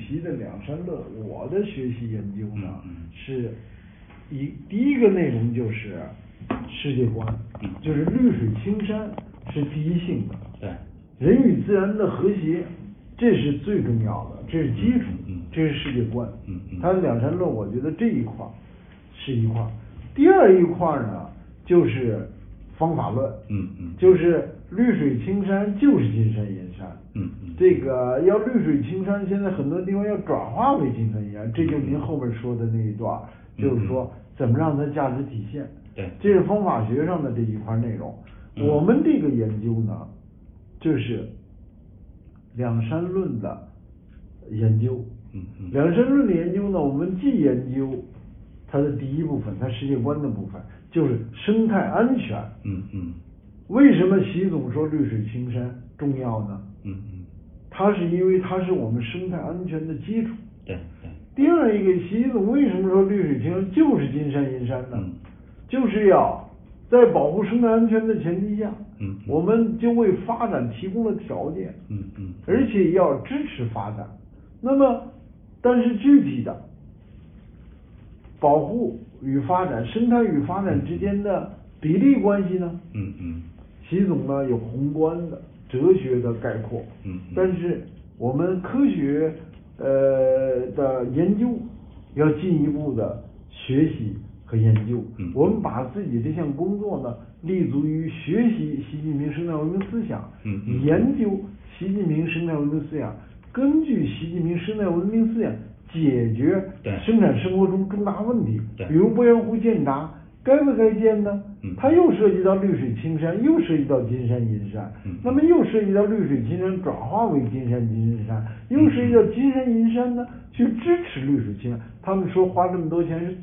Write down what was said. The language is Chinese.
习的两三个，我的学习研究呢嗯嗯是一第一个内容就是世界观嗯，就是绿水青山是第一性的，对，人与自然的和谐，这是最重要的，这是基础嗯嗯，这是世界观嗯嗯。它两禅论，我觉得这一块儿是一块儿，第二一块儿呢就是方法论，嗯嗯就是绿水青山就是金山银山，嗯嗯这个要绿水青山，现在很多地方要转化为金山银山，这就是您后边说的那一段儿，嗯就是说怎么让它价值体现，对这是方法学上的这一块内容。嗯我们这个研究呢，就是两山论的研究。嗯嗯两山论的研究呢，我们既研究它的第一部分，它世界观的部分，就是生态安全。嗯嗯为什么习总说绿水青山重要呢？嗯嗯，它是因为它是我们生态安全的基础。对对，第二一个，习总为什么说绿水青山就是金山银山呢？嗯就是要在保护生态安全的前提下，嗯我们就为发展提供了条件，嗯嗯而且要支持发展。那么，但是具体的保护与发展、生态与发展之间的比例关系呢？嗯嗯习总呢有宏观的哲学的概括，嗯嗯但是我们科学呃的研究要进一步的学习和研究，嗯我们把自己这项工作呢立足于学习习近平生态文明思想，嗯嗯研究习近平生态文明思想，根据习近平生态文明思想解决对生产生活中重大问题，对比如鄱阳湖建闸该不该建呢？嗯它又涉及到绿水青山，又涉及到金山银山，嗯那么又涉及到绿水青山转化为金山银山，又涉及到金山银山呢去支持绿水青山。他们说花这么多钱是。